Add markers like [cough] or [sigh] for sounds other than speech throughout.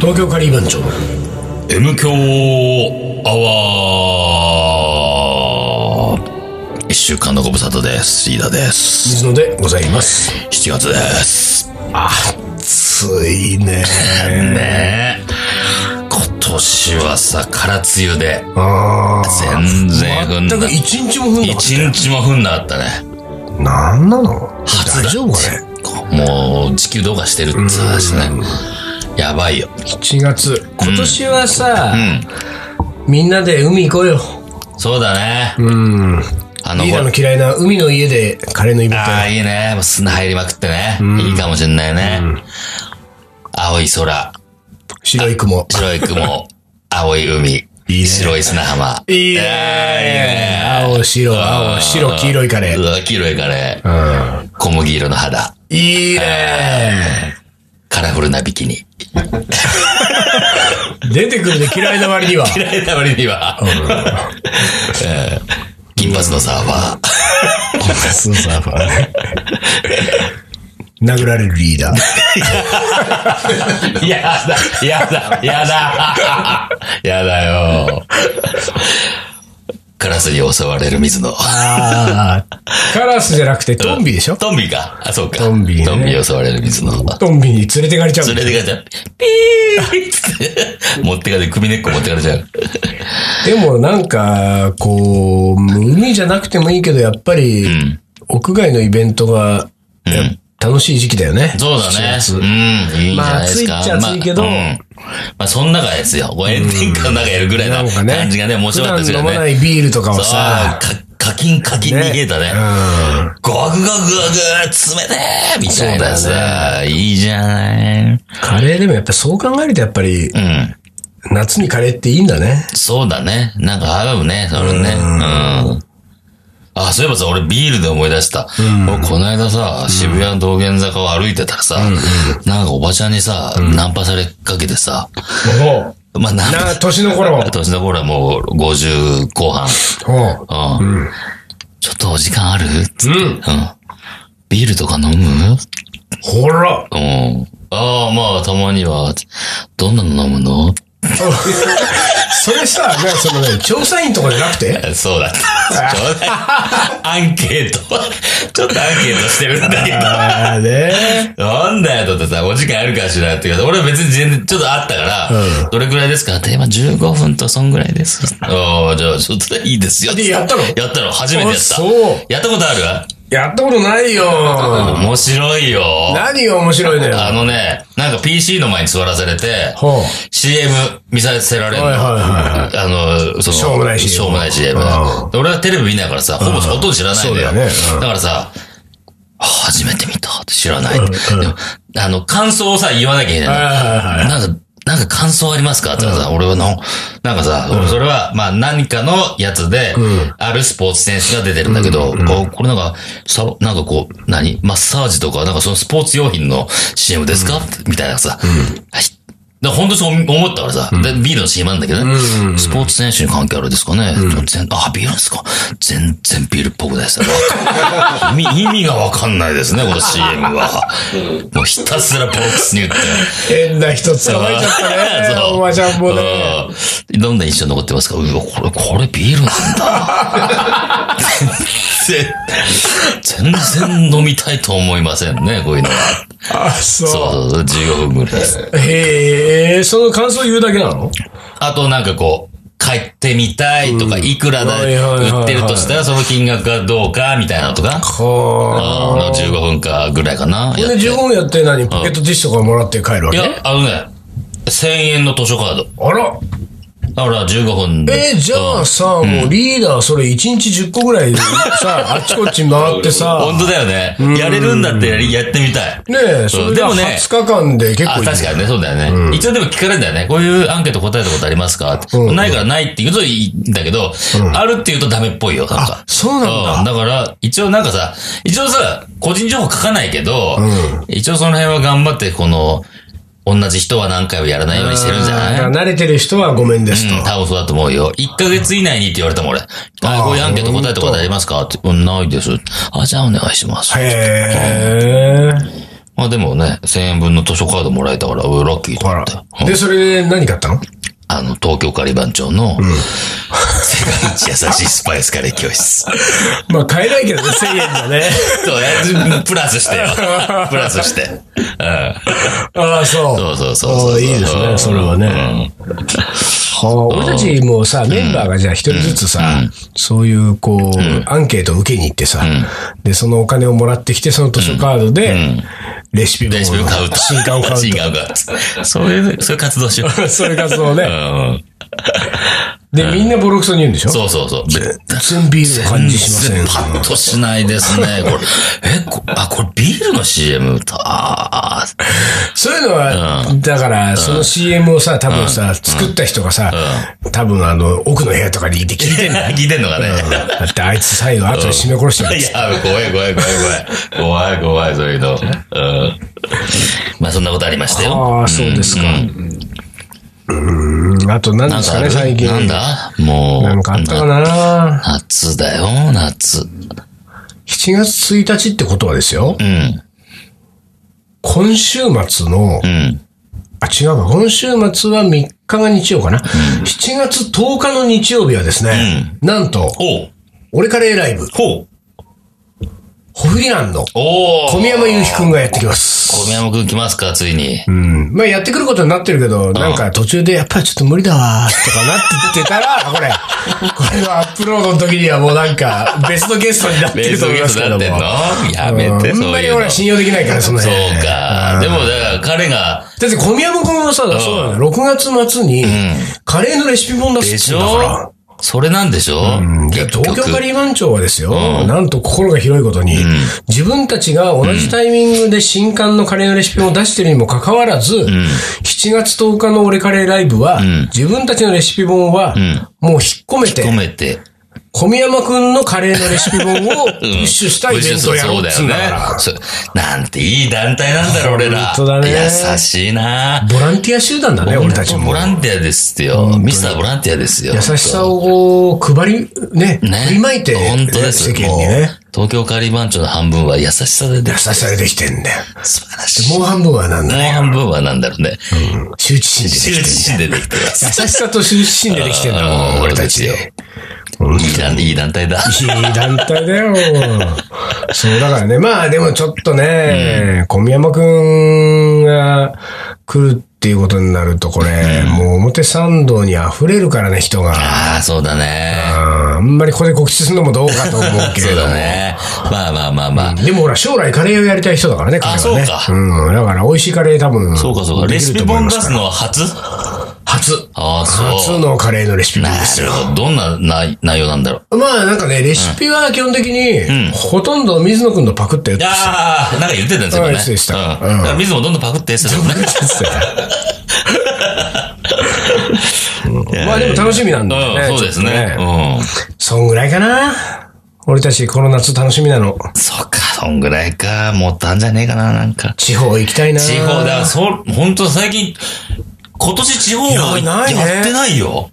東京カリー番長 M 強アワー一週間のご無沙汰です。リーダーです。水野でございます7月です。ついねねえ。今年はさ、空梅雨で、 [laughs] ああ全然降ん全なく一日も降んなかっ一日も降んなかったね。たなんなの初だ大丈夫かねもう、地球どうかしてるっつう話ね。やばいよ。 7月今年はさ、みんなで海行こうよそうだね。うんあの、リーダーほらの嫌いな海の家でカレーのイベントああ、いいね。もう砂入りまくってね。いいかもしんないね。青い空、白い雲白い雲、 [laughs] 青い海、いね白い砂浜。いいねあーいいね。青白青白黄色いカレうーわ、黄色いカレー。うん小麦色の肌。いいねカラフルなビキニ。出てくるね [laughs] 嫌いな割には嫌いな割には。 [laughs] えー金髪のサーファー。スーサーファーね。 [laughs] 殴られるリーダー。 [laughs] やだ、やだ、やだ。 [laughs] やだよ。カラスに襲われる水野。ああ。カラスじゃなくてトンビでしょトンビか。あ、そうか。トンビねトンビに襲われる水野。トンビに連れてかれちゃう。連れてかれちゃう。ピーッつって [laughs] 持ってかれて、首根っこ持ってかれちゃう。 [laughs] でもなんか、こう、海じゃなくてもいいけど、やっぱり、ん屋外のイベントが、や楽しい時期だよね。そうだね。 7うん。月いいんじゃなまあ暑いっいですか。ちゃ暑いけどまあうんまあ、その中ですよ。こう炎天下の中やるぐらいななんかね。感じがね、面白かったです普よ段飲まなね。いビールとかをさあさ、、か、課金課金に冷えたね。うん。ゴクゴクゴク、冷てーみたいなそうださ、いいじゃない。うん。カレーでもやっぱそう考えるとやっぱり、夏にカレーっていいんだね。そうだね。なんか合うね、それね。うん。あ、そういえばさ、俺ビールで思い出した。俺この間さ、渋谷の道玄坂を歩いてたらさ、なんかおばちゃんにさ、ナンパされかけてさ、もまあ、ナンう、パな、年の頃。 [laughs] 年の頃はもう50後半。おううん。ちょっとお時間あるつって、ううんん。ビールとか飲むほらうん。ああ、まあ、たまには。どんなの飲むのそれさ、なんかそのね、調査員とかじゃなく [laughs] てそうだった。ちょうだい [laughs] アンケート。ちょっとアンケートしてるんだけど。 [laughs] ああね。なんだよ、だってさ、お時間あるかしらって言うから俺は別に全然、ちょっとあったから、うどれくらいですかって、今15分とそんぐらいです。 [laughs] ああ、じゃあちょっといいですよ。でやったのやったの、初めてやった。あそうやったことあるやったことない [laughs] よ。面白いよ。何が面白いのよ。あのね、なんか PC の前に座らされて、ほう。 CM 見させられるの。はいはいはあの、その、しょうもない CM しょうもない CM うで俺はテレビ見ないからさ、ほぼほとんど知らないんだよ。そうだよねうんからさ、初めて見たって知らない。うんうんでも、あの、感想をさ、言わなきゃいけはいない。はいはい。なんか、なんか感想ありますかって言ったらさ、俺はの、なんかさ、俺それは、まあ何かのやつで、あるスポーツ選手が出てるんだけど、おこれなんか、さ、なんかこう、何マッサージとか、なんかそのスポーツ用品の CM ですか、みたいなさ、はい。だから本当にそう思ったからさ、でビールの CM なんだけどね、スポーツ選手に関係あるですかね、全あ、ビールですか全然ビールっぽくないですね。わかん意味意味がわかんないですね、この CM は。もうひたすらボックスに言って。変な人捕まえちゃった [laughs] ね。おばちゃんもね。うんどんな印象残ってますかうわ、これ、これビールなん [laughs] だ。全然、全然飲みたいと思いませんね、こういうのは。あ、そそうそうそう、15分ぐらいです。う。へえ、その感想言うだけなのあとなんかこう、買ってみたいとか、いくらだ、はいはいはいはい売ってるとしたらその金額がどうか、みたいなのとか、はあ。あの15分かぐらいかな。で、やって15分やって何ポケットティッシュとかもらって帰るわけいや、あのね、1000円の図書カード。あら。だから15分で。えーじゃあさ、もうリーダーそれ1日10個ぐらい [laughs] さ、あっちこっち回ってさ、本当だよね。やれるんだってやりやってみたい。ねえ、そそれうででももねね、20日間で結構あ、いい確かにね、そうだよね。一応でも聞かれるんだよね。こういうアンケート答えたことありますか、ってうんないからないって言うといいんだけど、あるって言うとダメっぽいよ、なんか。そうなんだ。うんだから、一応なんかさ、一応さ、個人情報書かないけど、一応その辺は頑張って、この、同じ人は何回もやらないようにしてるんじゃないあー慣れてる人はごめんですと。うん、多分そうだと思うよ。1ヶ月以内にって言われたもん俺。あ、こういうアンケート答えたことありますかって、うん、ないです。あ、じゃあお願いします。へえ。まあでもね、1000円分の図書カードもらえたから、うわラッキーとあ思っらて。。で、それで何買ったのあの、東京カリバン町の、世界一優しいスパイスカレー教室。まあ買えないけど [laughs] ね、1000円だね。そうや、プラスしてよ。プラスして。うん。ああ、そう。そうそうそうそうああいいですね、それはね。はあ、俺たちもさ、メンバーがじゃあ一人ずつさ、そういうこう、アンケートを受けに行ってさ、で、そのお金をもらってきて、その図書カードで、レシピ本レシピを買うと。新刊を買う新と。刊を買うと。そういう、そういう活動しよう。 [laughs] そういう活動をうね。ん。で、みんなボロクソに言うんでしょそうそうそう。全然ビールの感じしません。パッとしないですね。これ、え、こあ、これビールの CM だ。あ [laughs] ーそういうのは、だから、その CM をさ、多分さ、作った人がさ、多分あの、奥の部屋とかにいて聞いてんだよ。聞いてんのかね。だってあいつ最後、後で締め殺してるいや、怖い怖い怖い怖い。怖い怖い、そういうの。うん。まあ、そんなことありましたよ。ああ、そうですか。うーん、あと何ですかね、最近。なんだもう。なんかあったかな夏だよ、夏。 ?7 月1日ってことはですよう。ん、今週末のう、ん。あ、違うか、今週末は3日が日曜かな。7月10日の日曜日はですね、なんと、おう。俺カレーライブ、ほう。ホフリランド、おー。小宮山雄飛くんがやってきます。小宮山くん来ますか、ついに。うん。まあ、やってくることになってるけど、なんか途中でやっぱりちょっと無理だわーとかなってってた [laughs] ら、これ、これはアップロードの時にはもうなんか、ベストゲストになって冷ると蔵思いゲまスすトけになどっも。てんのやめて、うんあそんうまりいう俺はの。そ信用できないから、その辺。うか。でも、だから彼が、だって小宮山君はさ、そうなんだよ。6月末に、カレーのレシピ本出ですしって言うんだから。ょそれなんでしょいや結局東京カリー番長はですよ、なんと心が広いことに、自分たちが同じタイミングで新刊のカレーのレシピ本を出してるにもかかわらず、7月10日の俺カレーライブは、自分たちのレシピ本は、もう引っ込めて、込めて。小宮山くんのカレーのレシピ本をプ [laughs] うんッシュしたイベントをやろうっつうそんうだだかよねら。そう。なんていい団体なんだろう、俺ら。本当だね優しいなボランティア集団だね、俺たちもボ。ランティアですよ。ミスターボランティアですよ。優しさを配り、ね、ね。振りまいて、本当です世間にもうね。東京カリバン長の半分は優しさでで優きしさでできてんだよ。た。素晴らしい。ももう半分はなんうだ半分はなんだろうね。周知心でできて周る知心でできて [laughs] ます。優しさと周知心でできてんだもん、うん俺たち。い俺いいい団いい団体だ。団体だよ。そう、だからね。まあ、でもちょっとね、小宮山くんが来るっていうことになると、これ、もう表参道に溢れるからね、人が。ああ、そうだね。あーあんまりここで告知するのもどうかと思うけそれうどだも。ね。まあまあまあまあ。でもほら、将来カレーをやりたい人だからね、彼はね。そうかうん。だから、美味しいカレー多分。そうかそうか。でレきシるピと思い本ま出すかすら。のは初初。ああ、そ初う。のカレーのレシピ本なでするよ。ほど。どんな内内容なんだろう。まあなんかね、レシピは基本的に、ほとんど水野くんのパクったやつでああ、なんか言ってたんですよああね。そうでしたうん。だから水もどんどんパクってやってた [laughs] もんね。すよ。 [laughs] まあでも楽しみなんだよね。うん、そうですちょっね。とうん。そんぐらいかな。俺たちこの夏楽しみなの。そっか、そんぐらいか。もったんじゃねえかな、なんか。地方行きたいな。地方だ、そう、ほんと最近、今年地方はいやないねやってないよ。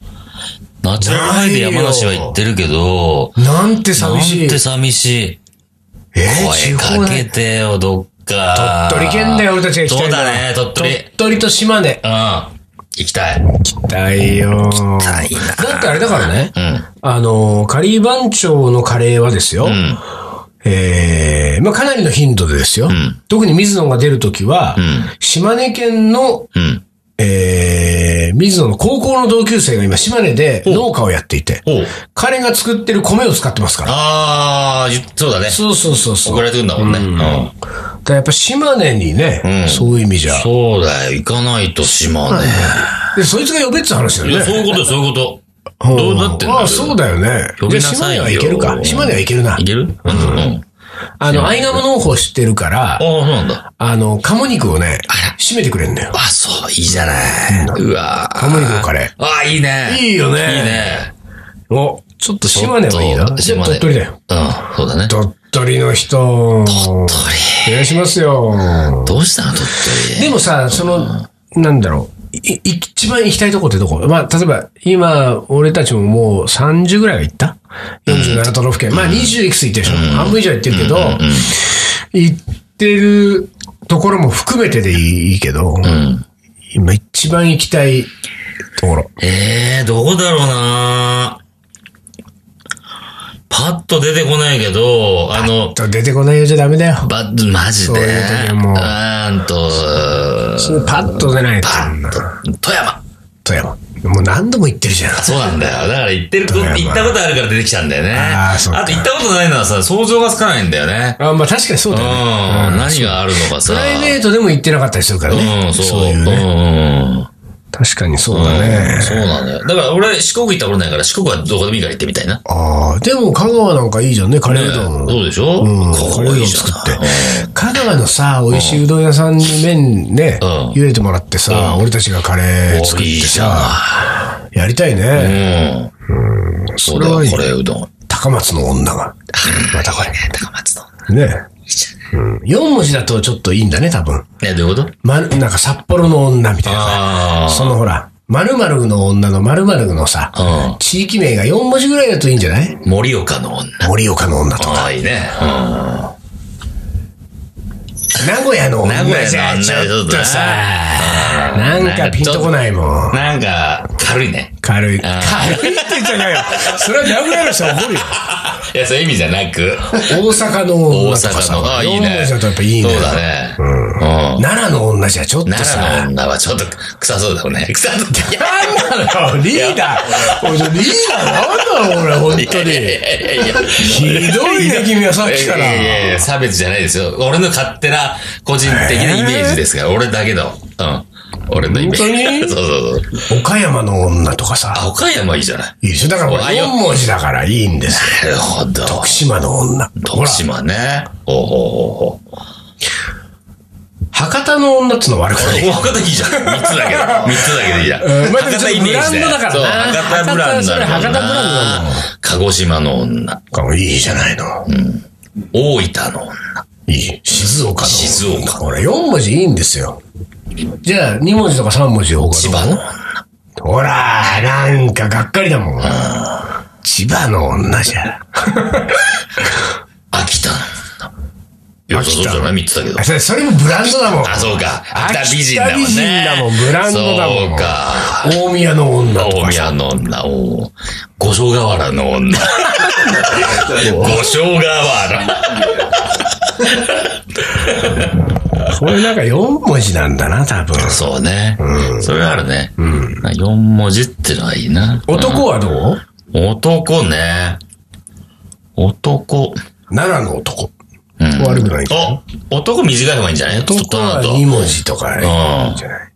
ナチュラルハイで山梨は行ってるけど、なんてなん寂しい。て寂しい。えー地声方かだけよてよ、どっか。鳥取県だよ、俺たちが行きたそいうのはだね、鳥取。うん。鳥取と島根。行きたい。行きたいよ。たいだってあれだからね。な。あの、カリー番長のカレーはですよ。うん。ええまあかなりの頻度でですよ。特に水野が出るときは、島根県の、うん。うん。ええ水野の高校の同級生が今島根で農家をやっていて、おう。彼が作ってる米を使ってますから。あー、ゆそうだね。そうそうそうそう。送だられてくんだもんね。うん。からやっぱ島根にね、うんそういう意味じゃ。そうだよ、行かないと島ね。で、そいつが呼べっつう話だいよや、そうね。いうことよそういうこと。どうなってんだああ、そうだよね。呼じゃびあ島なさい根よは行けるか。島根は行けるな行。けるうん。ああの、アイガム農法知ってるからあ、、そうなんだ。あの、鴨肉をね、締めてくれんだよ。あ、そう、いいじゃない。うわー鴨肉のカレー。あ、いいね。いいよねいいね。お、ちょっと島根はいいちょっな。とじゃあ島鳥根取だよ。うん、そうだね。鳥取の人。お鳥願いしますよ。どうしたの鳥取。でもさ、その、なんだろう。いい一番行きたいとこってどこまあ、例えば、今、俺たちももう30ぐらいは行った ?47 都道府県。まあ、20いくつ行ってるでしょ、半分以上行ってるけど、行ってるところも含めてでいいけど、今一番行きたいところ。ええー、どこだろうなパッと出てこないけど、あの、出てこないようじゃダメだよ。ば、マジそうで。いう時はもううーんと、そのパッと出ないと。パッと、富山。富山。もう何度も行ってるじゃん。そうなんだよ。だから行ってると、富山行ったことあるから出てきちゃうんだよね。あーそうかと行ったことないのはさ、想像がつかないんだよね。あまあ確かにそううだんよね。。何があるのかプさ。ライベートでも行ってなかったりするからね。うん、そう。いうね。うんうん。確かにそうだね。そうなんだよ。だから俺、四国行ったことないから、四国はどこでもいいから行ってみたいな。ああ、でも香川なんかいいじゃんね、カレーうどん。そうでしょこうんこいいじゃん。カレーうどん作香川のさ、美味しいうどん屋さんに麺ね、うん茹でてもらってさ、俺たちがカレーうん作っいていじさ、ゃやりたいね。ん。うん。そうだそれはいいよ、これうどん。高松の女が。またこれ。高松の。ね。うん、4文字だとちょっといいんだね、多分。え、どういうことま、なんか札幌の女みたいなさ。あそのほら、〇〇の女の〇〇のさ、う地域名が4文字ぐらいだといいんじゃないあ。盛岡の女。盛岡の女とか、ああ、いいね。うん。名古屋の名女古屋じゃの女ちょっとさ、うんなんかピンとこないもん。なんか、軽いね。軽い。軽いって言っちゃうよ。それは名古屋の人怒るよ。いや、そういう意味じゃなく、大阪の大女とか阪さ、の。ああ、いい4文ね。字だとやっぱいいね。そうだね。うん。奈良の女じゃちょっと奈良のさ、女はちょっと臭そうだよね。臭そうだよ。なんなのリーダー。俺、リーダーなんなの俺、本当いに。やいやいやひどいね、君はさっきから。いやいやいや、差別じゃないですよ。俺の勝手な、個人的なイメージですから、俺だけの。うん。俺のイメー本当ジ。に [laughs] そうそうそう。岡山の女とかさ、あ、岡山いいじゃないい。いでしょだからこれあよ4文字だからいいんですよ。なるほど。徳島の女。ほ徳ら、島ね。おうおうおうおう。博多の女っつの悪くない。博多いいじゃん。三つ [laughs] だけだ。三つだけでいいじゃん。うんまあでも博多イメージでちょっとブランドだからなそう、博多ブランドだから博多それ博多ブランドなの鹿児島の女。いいじゃないの。大分の女。いい。静岡の女。静岡ほら、4文字いいんですよ。じゃあ、2文字とか3文字を千葉の女。ほら、なんかがっかりだもん。千葉の女じゃ。秋田の女。よ秋田そうじゃない三つだけどあ。それそれもブランドだもん。あ、そうか。秋田美人だもんね。秋田美人だもんブランドだもんそうか。大宮の女と大かさ。宮の女を、五所川原の女。五所川原。これなんか4文字なんだな、多分。そうね。それはあるね。四文字ってのはいいな。男はどう男ね。男。奈良の男。うん悪くない。お男短い方がいいんじゃない男はちょっと2文字とかね。いいんじゃない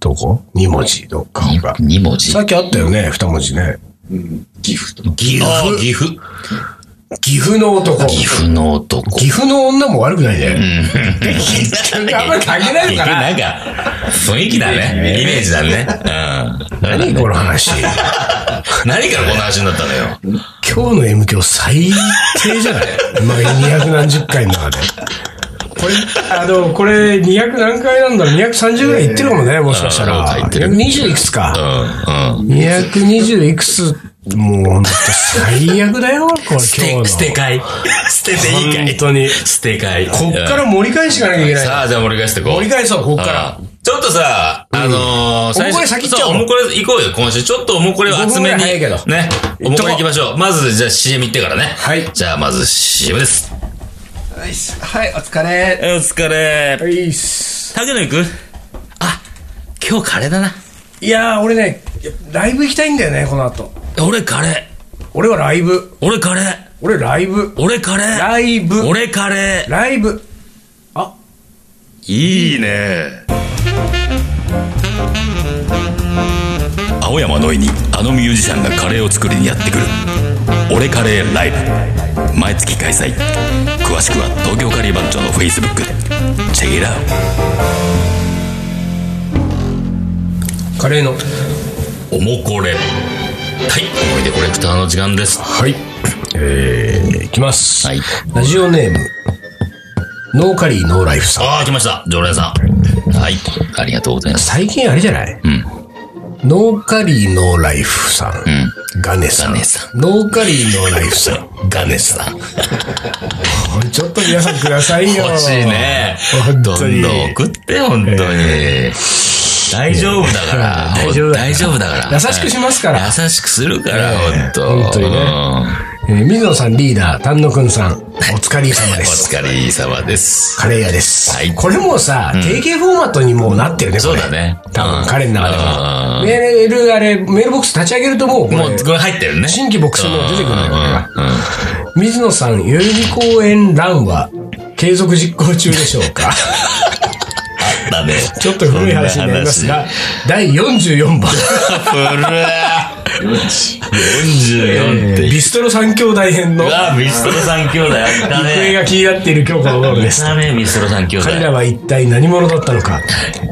どこ ?2 文字、どっかあがと。二文字。さっきあったよね、2文字ね。岐阜。岐阜。岐阜の男。岐阜の男。岐阜の女も悪くないね。あんあんまり関係ないのかななんか、雰囲気だね。イメージだね。うん。何この話。何からこの話になったのよ。今日の M 響最低じゃないまあ200何十回の中で。これ、あの、これ200何回なんだろう ?230 ぐらいいってるかもね、もしかしたら。うんうんいってる220いくつうか。ん、うん。 220いくつ、もうほんと最悪だよ、これ今捨日の。て、捨て会。捨てていいかい本当に捨て会。こっから盛り返していかなきゃいけうん。ない。さあ、じゃあ盛り返してこう。盛り返そう、こっからあ。ーちょっとさ、あのー、おもこれ先行っちゃおうそうおもこれ行こうよ、今週。ちょっとおもこれを集め五分ぐらに。い早いけど。ね。おもこれ行きましょう。まず、じゃあ CM 行ってからね。はいじゃあ、まず CM です。よいしょはい、お疲れ。お疲れ。いいっす。竹野行くあ、今日カレーだな。いやー、俺ね、ライブ行きたいんだよね、この後。俺カレ俺はライブー。。俺カレー。俺ライブ。俺カレー。ライブ。俺カレライブ。ー。いいね。青山のいにあのミュージシャンがカレーを作りにやってくる「俺カレーライブ」毎月開催詳しくは東京カリー番長のフェイスブックでチェックイラーカレーの。おもこれ。はい。思い出コレクターの時間です。はい。えー、いきます。はい。ラジオネーム、ノーカリーノーライフさん。ああ、来ました。常連さん。はい。ありがとうございます。最近あれじゃないんノーカリーノーライフさん。ガネさん。ガネさん。ノーカリーノーライフさん。ガネさん。こ [laughs] れちょっと皆さんくださいよ。欲しいね。本ど当んに。どん送って、本当に。大丈夫だから。 [laughs] 大丈夫だから大丈夫だから。優しくしますから優しくするから、え本え当本当にねえー水野さんリーダー、丹野くんさん、お疲れ様でおす。疲れ様です。カレー屋です。はいこれもさ、定型フォーマットにもうなってるね、こそうれだね。多うん分、彼の中では。うんメール、あれ、メールボックス立ち上げるともう、これもう、これ入ってるね。新規ボックスにも出てくるんだよ、これが。うんうん水野さん、代々木公園ランは継続実行中でしょう [laughs] かだね。ちょっと古い話になりますが、第44番、 [laughs] 古い。44って。ビストロ三兄弟編のう行わ、ミストロ三兄弟あった方ね。が気になっている今日この頃です。だね、ミストロ三兄弟。彼らは一体何者だったのか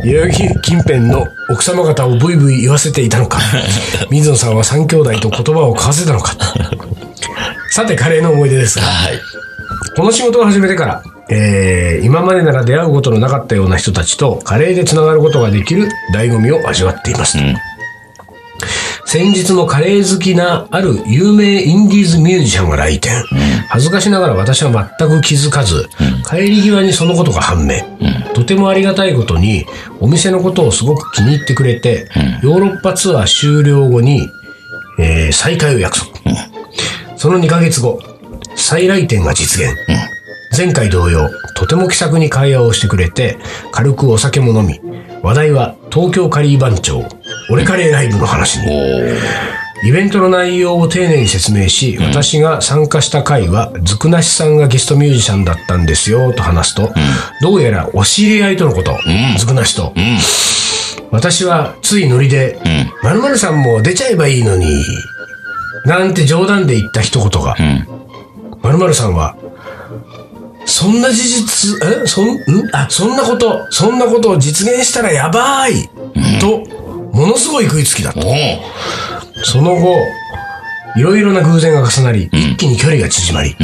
代々木近辺の奥様方をブイブイ言わせていたのか水野さんは三兄弟と言葉を交わせたのかさてカレーの思い出ですがはい。この仕事を始めてから、えー、今までなら出会うことのなかったような人たちとカレーでつながることができる醍醐味を味わっています、ん先日もカレー好きなある有名インディーズミュージシャンが来店、恥ずかしながら私は全く気づかず、帰り際にそのことが判明、とてもありがたいことにお店のことをすごく気に入ってくれて、ヨーロッパツアー終了後に、えー再会を約束、その2ヶ月後、再来店が実現。前回同様、とても気さくに会話をしてくれて、軽くお酒も飲み、話題は東京カリー番長、俺カレーライブの話に。イベントの内容を丁寧に説明し、私が参加した回は、ずくなしさんがゲストミュージシャンだったんですよ、と話すと、どうやらお知り合いとのこと、ずくなしと。私はついノリで、〇〇さんも出ちゃえばいいのに、なんて冗談で言った一言が、〇〇さんは、そんな事実、えそん、んあ、そんなこと、そんなことを実現したらやばい、と、ものすごい食いつきだった。おーその後、いろいろな偶然が重なり、一気に距離が縮まり、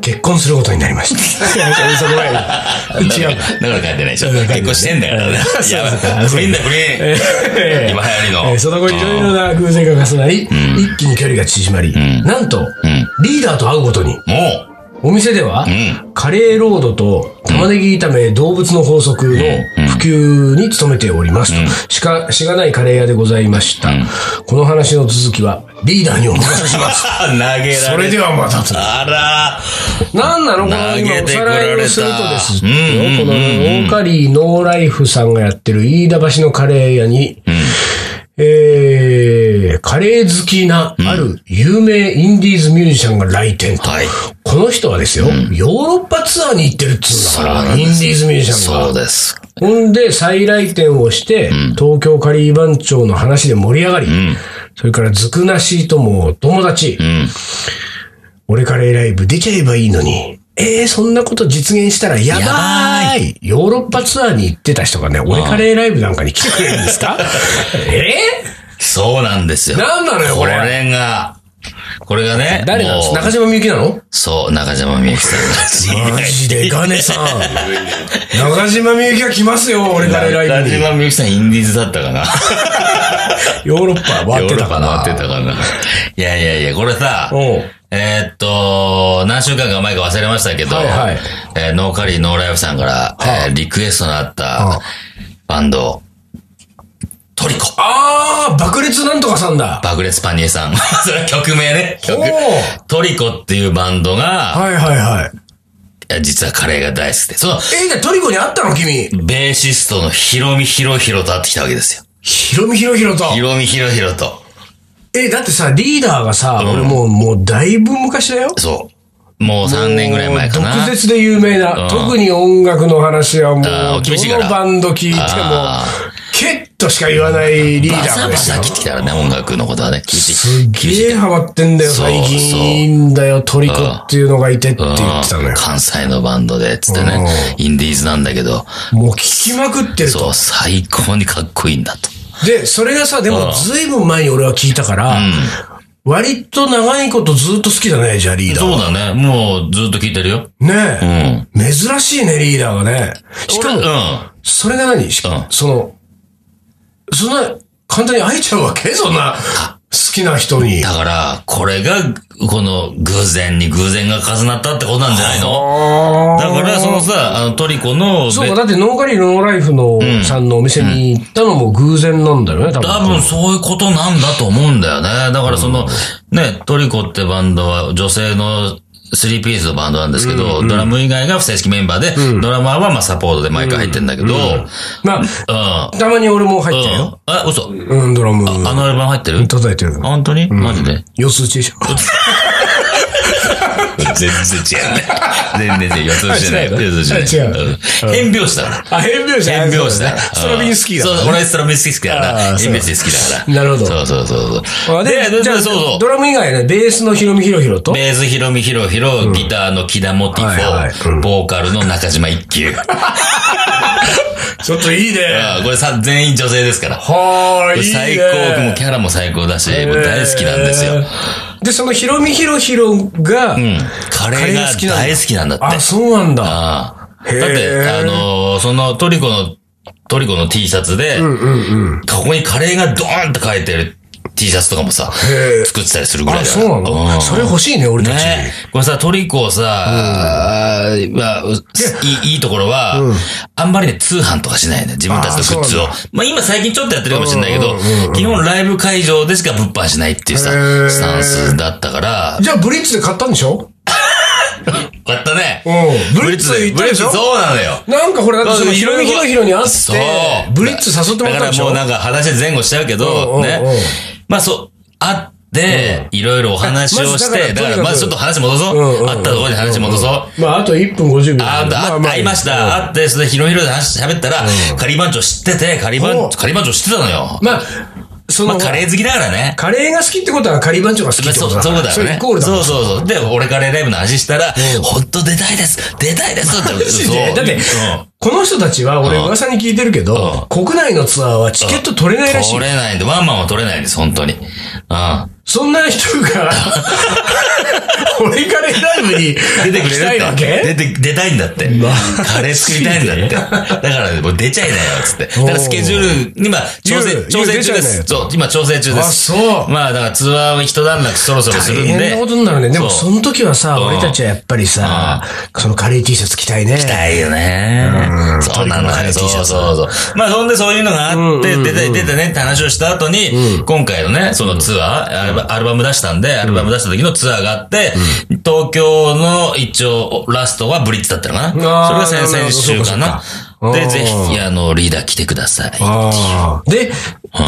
結婚することになりま [laughs] した。いやそれそれ前だ違うだから書いてないでしょ。だから書いてない結婚してんだからね。いそうやそうそう、不倫だ、不倫。今流行りの。えーその後いろいろうんな偶然が重なり、一気に距離が縮まり、なんと、リーダーと会うことに、もお店では、んカレーロードと玉ねぎ炒め動物の法則の普及に努めておりますと、しか、しがないカレー屋でございました。この話の続きは、リーダーにお任せします。う、投げられた [laughs] それではまたあなんなのこの今投げおてさこららいれたをするとですよ、うんこのオーカリーノーライフさんがやってる飯田橋のカレー屋に、えー、カレー好きなある有名インディーズミュージシャンが来店と。ら。はい。この人はですよ、ヨーロッパツアーに行ってるっつうんだから、インディーズミュージシャンが。そうです。ほんで、再来店をして、東京カリー番長の話で盛り上がり、それからずくなしとも友達、俺カレーライブ出ちゃえばいいのに、えー、そんなこと実現したらやばやばーいヨーロッパツアーに行ってた人がね、俺カレーライブなんかに来てくれるんです [laughs] かえそうなんですよ。なんなのよこれこれが、これがね、ー、誰なんですもう中島みゆきな [laughs] のそう、中島みゆきさんが。マジでガネさん。中島みゆきが来ますよ、俺カレーライ中ブに。島みゆきさんインディーズだったか [laughs] な。ヨーロッパ回ってたかな。回ってたかな。いやいやいや、これさおう、えーっと、何週間か前か忘れましたけど、はいはいえーノーカリーノーライフさんから、えーリクエストのあったあバンド、トリコ。あー、爆裂なんとかさんだ。爆裂パニエさん。 [laughs] それは曲名ね。曲おー。トリコっていうバンドが、はいはいはい。えー実はカレーが大好きで、その、えー、じゃあトリコに会ったの君。ベーシストのヒロミヒロヒロと会ってきたわけですよ。ヒロミヒロヒロと。ヒロミヒロヒロと。えー、だってさ、リーダーがさ、ん俺もう、もうだいぶ昔だよ。そう。もう3年ぐらい前かな。もう毒舌で有名な、うん特に音楽の話はもう、あー厳しいかどらのバンド聞いてもあ、ケッとしか言わないリーダバーサでバすよサ。切ってきたからね、音楽のことはね。聞いて。すげえハマってんだよ、そう最そう近。いいんだよ、トリコっていうのがいてって言ってたのうよん。関西のバンドで、つってね。インディーズなんだけど、もう聞きまくってると。そう、最高にかっこいいんだと。で、それがさ、でもずいぶん前に俺は聞いたから、割と長いことずっと好きだね、じゃあリーダーそは。うだね。もうずっと聞いてるよ。ねうえ、ん。珍しいね、リーダーがね。しか俺も、うそれが何しうんその、そんな、簡単に会えちゃうわけそんな、きな人に。だから、これが、この偶然に偶然が重なったってことなんじゃないのあだから、そのさ、あの、トリコの、そうべか、だってノーカリーノーライフの、さんのお店に行ったのも偶然なんだよね、多分。多分そういうことなんだと思うんだよね。だからその、ね、トリコってバンドは女性のスリーピースのバンドなんですけど、ドラム以外が不正式メンバーで、ドラマーはまあサポートで毎回入ってんだけど、うん。うん。まああ、、たまに俺も入ってるよ。嘘。うん、ドラム。あのアルバム入ってる叩いてる。あ本当にマジで四つ打ちでしょ。全然違うね。 [laughs] 全然違う。四つ打ちじゃなあい。違う四つ打ちじゃない。あ違うん変拍子だから。あ、変拍子変拍子だ。ストラビンスキーだ。そう、俺ストラビンスキー好きだあから。ーそう変拍子好きだから。なるほどそうそうそうそう。あで、でじゃあ、そうそう。ドラム以外ね、ベースのヒロミヒロヒロと、ベースヒロミヒロヒロ、ギターの木田モティはいはいフうんォ、ボーカルの中島一 [laughs] 休。ちょっといいね。あーこれさ全員女性ですから。はーい、いいね。最高、もうキャラも最高だし、もう大好きなんですよ。で、そのヒロミヒロヒロが、うん。カレーが大好きなんだって。あ、そうなんだ。ああへーだって、あのーそのトリコの、トリコの T シャツで、ここにカレーがドーンと書いてる T シャツとかもさへー、作ってたりするぐらいあ、だかそらうなんだ。んそれ欲しいね、俺たち。ねこれさ、トリコをさ、まあういい、いいところは、あんまりね、通販とかしないね。自分たちのグッズをあー。まあ今最近ちょっとやってるかもしれないけどうんうんうんう、基本ライブ会場でしか物販しないっていうさ、へースタンスだったから、じゃあ、ブリッツで買ったんでしょやったね。うん。ブリッツ行っブたリッでツしょそうなのよ。なんかほら、だってそのヒロミヒロヒロに会っそうて、ブリッツ誘ってもらったんでしょだからもうなんか話前後しちゃうけうんうんうど、んね。まあそう、会って、いろいろお話をしまずて、だかだらとかにからくまずちょっと話戻そううんうんう。ん会ったところで話戻そう。まあ、あと1分50秒あ、ああ会いまし。ああた。会って、それでヒロヒロで話喋ったら、カリバンチョ知ってて、カリバほうン、カリバンチョ知ってたのよ。まあ、そまあ、の、カレー好きだからね。カレーが好きってことはカリバンチョが好きまっあてそこう、とそだうだかよら。れねイ。コールだもんそうそうそう。で、俺カレーライブの話したら、ほんと出たいです出たいですって。 [laughs] マジでそうだってうんこの人たちは、俺噂に聞いてるけど、国内のツアーはチケット取れないらしい取。れないんで、ワンマンは取れないんです、本当に。うん。そんな人 [laughs] が、俺カレーライブに出てく来れたいるわって。出けて、出たいんだって。カレー作りたいんだって。だから、もう出ちゃいなよ、つって。だからスケジュール、今、調ゆ整う、調整中でゆう出ちゃいなよす。とそう、今調整中です。あそうまあ、だからツアーは一段落そろそろする大んで。変なことになるね。でも、そ。そうの時はさ、俺たちはやっぱりさ、そのカレー T シャツ着たいね。行きたいよね。そうトリコなののカレーよ。そ T うシそャうツそう。まあ、そんでそういうのがあって、出て、出てねって話をした後に、今回のね、そのツアーアルバ、アルバム出したんで、アルバム出した時のツアーがあって、東京の一応、ラストはブリッジだったのかあーなそれが先々週なかるなほどそうかそう。かで、あーぜひ、あの、リーダー来てください。ああ。で、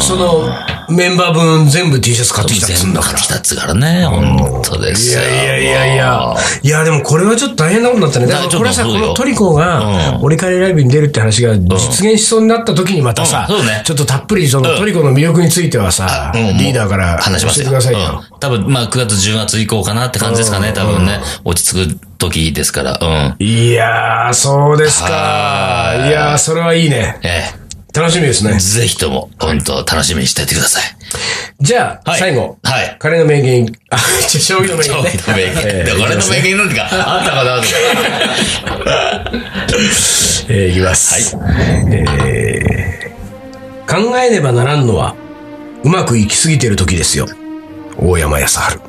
その、メンバー分全部 T シャツ買ってきたっつう全ん部だか買らって。きたっつうからね、本当ですいよ。やいやいやいやもう。いや、でもこれはちょっと大変なことになったね。だだかかららこれはさ、ちこょっとそうよのトリコが、うんオリカレライブに出るって話が実現しそうになった時にまたさ、うんそうねちょっとたっぷりそのトリコの魅力についてはさ、うんもうリーダーから話します教えよ。てくださいよ。うん、多分、まあ、9月、10月以降かなって感じですかね。多分ね、落ち着く時ですから。うん。いやー、そうですか。はいいやー、それはいいね。え楽しみですねえ。。ぜひとも、本当楽しみにしていてください。じゃあ、はい最後。はいカレーの名言、あ、ちょ将棋の名言ね。俺の [laughs] 名え言。ーだから俺の名言なんてか、あったかなとか。えーいきます。えー考えねばならんのは、うまくいき過ぎてる時ですよ。大山康晴。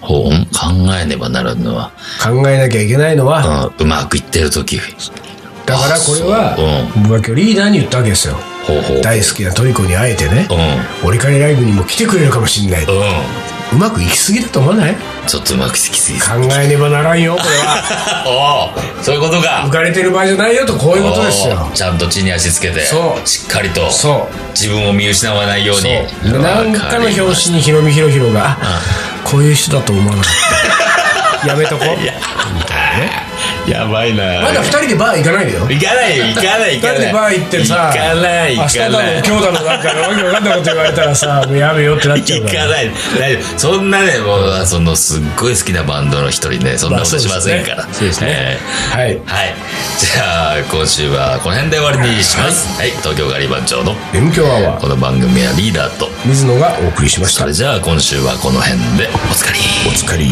ほう考えねばならんのは、考えなきゃいけないのうは、んうまくいってる時。だからこれあそは、僕は今日リーダーに言ったわけですよ。ほうほう。大好きなトリコに会えてねう、ん。オリカレライブにも来てくれるかもしんない。ううまくいき過ぎだと思わないん。ちょっとうまくいきすぎ考えねばならんよ、これ [laughs] は。おおそういうことか浮。かれてる場合じゃないよと、こういうことですよお。ーちゃんと地に足つけて、そうしっかりと、そう。自分を見失わないように。そうなんかのわりま表し紙にヒロミヒロヒロが、あこういう人だと思わなか [laughs] った。やめとこう。た [laughs] やばいな。まだ二人でバー行かないでよ。行かないよ、行かな二い、行人かなでい。バー行ってさ、行かない、明行日かだなのい。今日だのなんかわけわかんないこと言われたらさ、もうやめようってなっちゃう行か。からない。大丈夫。そんなね、もう、その、すっごい好きなバンドの一人ね、そんなことしませんから。そうですねえはいー。はい。じゃあ、今週はこの辺で終わりにします。はい。東京ガリバン長の、勉強アワー、この番組はリーダーと、水野がお送りしましそた。れじゃあ、今週はこの辺で、おつかり。お疲れ。